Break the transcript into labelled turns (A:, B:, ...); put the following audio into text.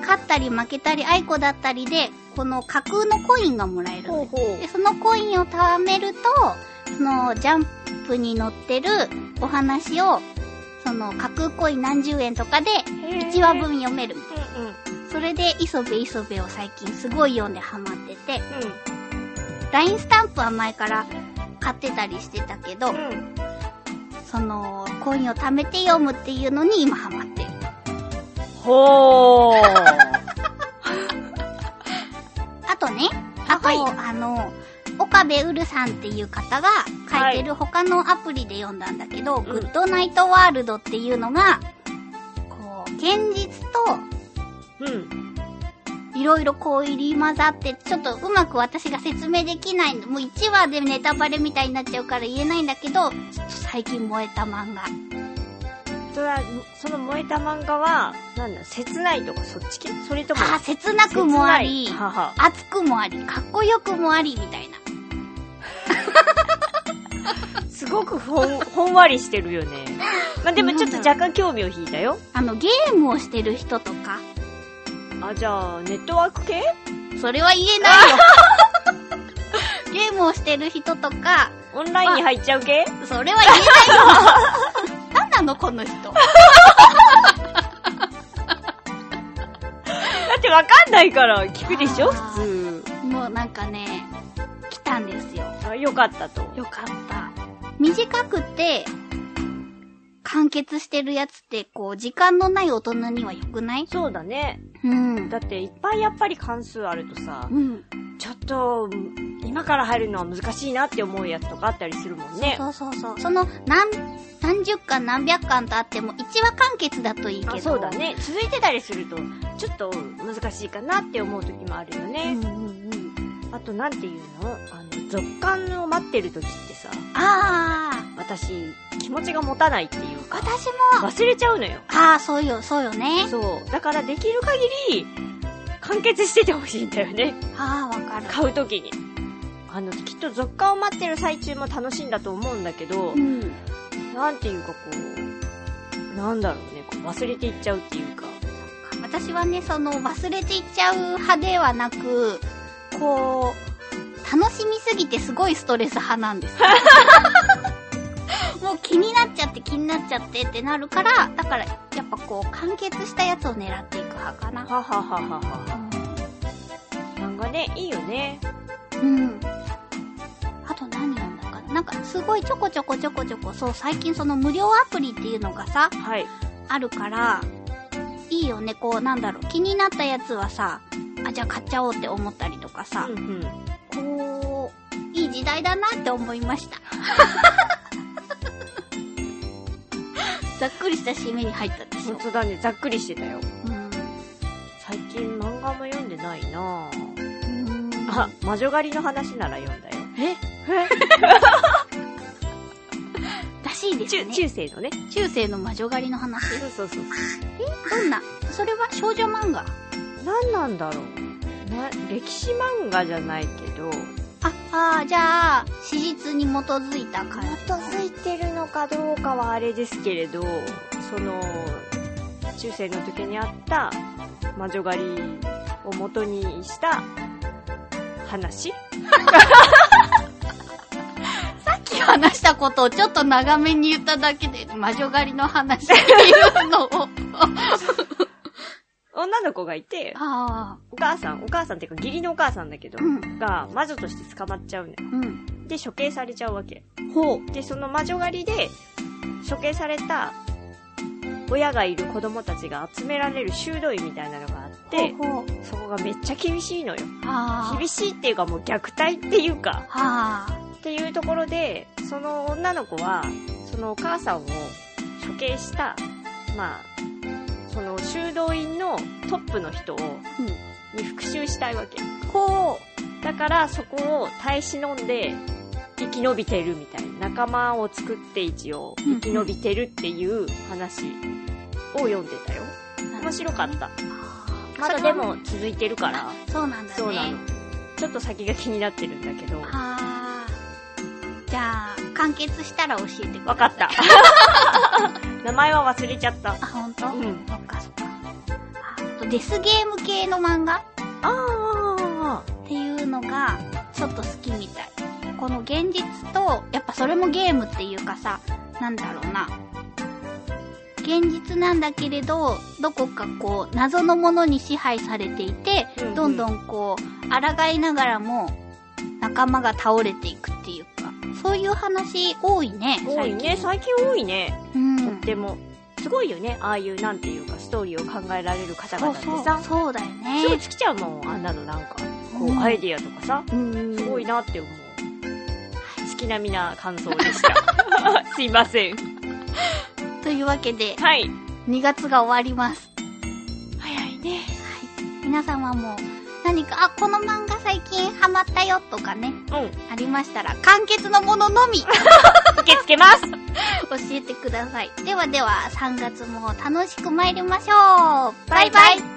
A: 勝ったり負けたり、あいこだったりで、この架空のコインがもらえる
B: ほう
A: の。
B: ほ
A: で、そのコインを貯めると、そのジャンプに載ってるお話を、その架空コイン何十円とかで、
B: う。へー
A: 1話。分読める。
B: うんうん。
A: それで、磯部磯部を最近すごい読んでハマってて、
B: う
A: LINE スタンプは前から買ってたりしてたけど、
B: ん。うん。
A: その、コインを貯めて読むっていうのに今ハマってる。
B: ほー。
A: あとね、
B: あ
A: あと、
B: はい
A: あの、岡部うるさんっていう方が書いてる他のアプリで読んだんだけど、
B: ん
A: グッドナイトワールドっていうのが、こう、現実と
B: うん。
A: いろいろこう入り混ざって、ちょっとうまく私が説明できない、もう1話でネタバレみたいになっちゃうから言えないんだけど、ちょっと最近燃えた漫画。
B: それは、その燃えた漫画は、なんだ、切ないとかそっち系それとも、
A: あー、切なくもあり
B: 切ない、はは。
A: 熱くもあり、かっこよくもあり、みたいな。
B: すごくほん、 ほんわりしてるよね。まあ、でもちょっと若干興味を引いたよ。
A: あの、ゲームをしてる人とか、
B: あ、じゃあ、ネットワーク系
A: それは言えないよ。ゲームをしてる人とか、
B: オンラインに入っちゃう系
A: それは言え ないよ。なんなのこの人。
B: だってわかんないから聞くでしょ
A: あー
B: 普通。
A: もうなんかね、来たんですよ。
B: あ、よかったと。
A: よかった。短くて、完結してるやつって、こう、時間のない大人には良くない
B: そうだね。
A: うん。
B: だっていっぱいやっぱり関数あるとさ、
A: うん。
B: ちょっと、今から入るのは難しいなって思うやつとかあったりするもんね。
A: そうそうそう。その、何、何十巻何百巻とあっても、1話完結だといいけど。
B: あそうだ。ね。続いてたりすると、ちょっと難しいかなって思う時もあるよ
A: うん
B: ね。
A: うんうん。
B: あと、なんていうのあの、続刊を待ってる時ってさ、
A: あ
B: 私、気持ちが持たないっていう
A: あ、
B: か、
A: 私も、
B: 忘れちゃうのよ。
A: ああ、そうよ、そうよね。
B: そう。だから、できる限り、完結しててほしいんだよね。
A: ああ、わかる。
B: 買う時に。あの、きっと続刊を待ってる最中も楽しいんだと思うんだけど、
A: うん。
B: なんていうかこう、なんだろうね、こう忘れていっちゃうっていうか。
A: 私はね、その、忘れていっちゃう派ではなく、こう、楽しみすぎてすごいストレス派なんです。もう気になっちゃって気になっちゃってってなるから、だから、やっぱこう、完結したやつを狙っていく派かな。
B: はははははは。漫画ね、いいよね。
A: うん。あと何読んだかななんかすごいちょこちょこちょこちょこ、そう、最近その無料アプリっていうのがさ、
B: はい。
A: あるから、いいよね、こう、なんだろう、気になったやつはさ、あ、じゃあ買っちゃおうって思ったりとかさ
B: う、んうん。
A: こう、いい時代だなって思いました。 ざっくりした締めに入ったでし
B: 本
A: ょ。
B: 当だね、ざっくりしてたよ。
A: うん。
B: 最近漫画も読んでないなぁ。
A: うん
B: あ、魔女狩りの話なら読んだよ。
A: えらしいです
B: 中、
A: ね。
B: 中世のね。
A: 中世の魔女狩りの話。
B: そうそうそう。
A: どんなそれは少女漫画
B: 何なんだろう。な、歴史漫画じゃないけど、
A: あ、あーじゃあ、史実に基づいた感
B: 基づいてるのかどうかはあれですけれどその中世の時にあった魔女狩りを元にした話
A: さっき話したことをちょっと長めに言っただけで、魔女狩りの話っていうのを。
B: 女の子がいて
A: ああ、
B: お母さんお母さんっていうか義理のお母さんだけど、
A: うん
B: が魔女として捕まっちゃうのよ
A: うん。
B: で処刑されちゃうわけ
A: ほう。
B: でその魔女狩りで処刑された親がいる子供たちが集められる修道院みたいなのがあって
A: ほうほう。
B: そこがめっちゃ厳しいのよ
A: ああ。
B: 厳しいっていうかもう虐待っていうか、
A: はあ。
B: っていうところで、その女の子は、そのお母さんを処刑した、まあ、その修道院のトップの人を、に復讐したいわけ。
A: ほ
B: だからそこを耐え忍んで、生き延びてるみたいな。仲間を作って一応、
A: うん
B: 生き延びてるっていう話を読んでたよ。
A: う。
B: 面白かった。
A: あー
B: まだで。も続いてるから、
A: それはそうなんだね。
B: そうなの。ちょっと先が気になってるんだけど。
A: ああ。じゃあ、完結したら教えてください。
B: わかった。 名前は忘れちゃった。
A: あ、ほんと
B: うん
A: そっかそっか。あと、デスゲーム系の漫画
B: あ
A: っていうのがちょっと好きみたいこの現実とやっぱそれもゲームっていうかさなんだろうな現実なんだけれどどこかこう謎のものに支配されていて
B: うんうん
A: どんどんこう抗いながらも仲間が倒れていくっていうかそういう話多いね
B: 多いね。最近多いね。
A: うん
B: とっても。すごいよね。ああいう、なんていうか、ストーリーを考えられる方
A: そ
B: 々
A: う
B: って
A: そう
B: さ。
A: そうだよ
B: すぐ
A: ね
B: 尽きちゃうもん。あんなのなんか、こ
A: うん
B: う、アイディアとかさ。
A: うん
B: すごいなって思う。月並みな感想で した。すいません。
A: というわけで
B: はい。
A: 2月が終わります
B: 早いね。
A: 皆様も何か、あ、この漫画最近ハマったよとかね、
B: うん。
A: ありましたら、完結のもののみ教
B: 受け付けます。
A: えてください。ではでは、3月も楽しく参りましょう。バイバイ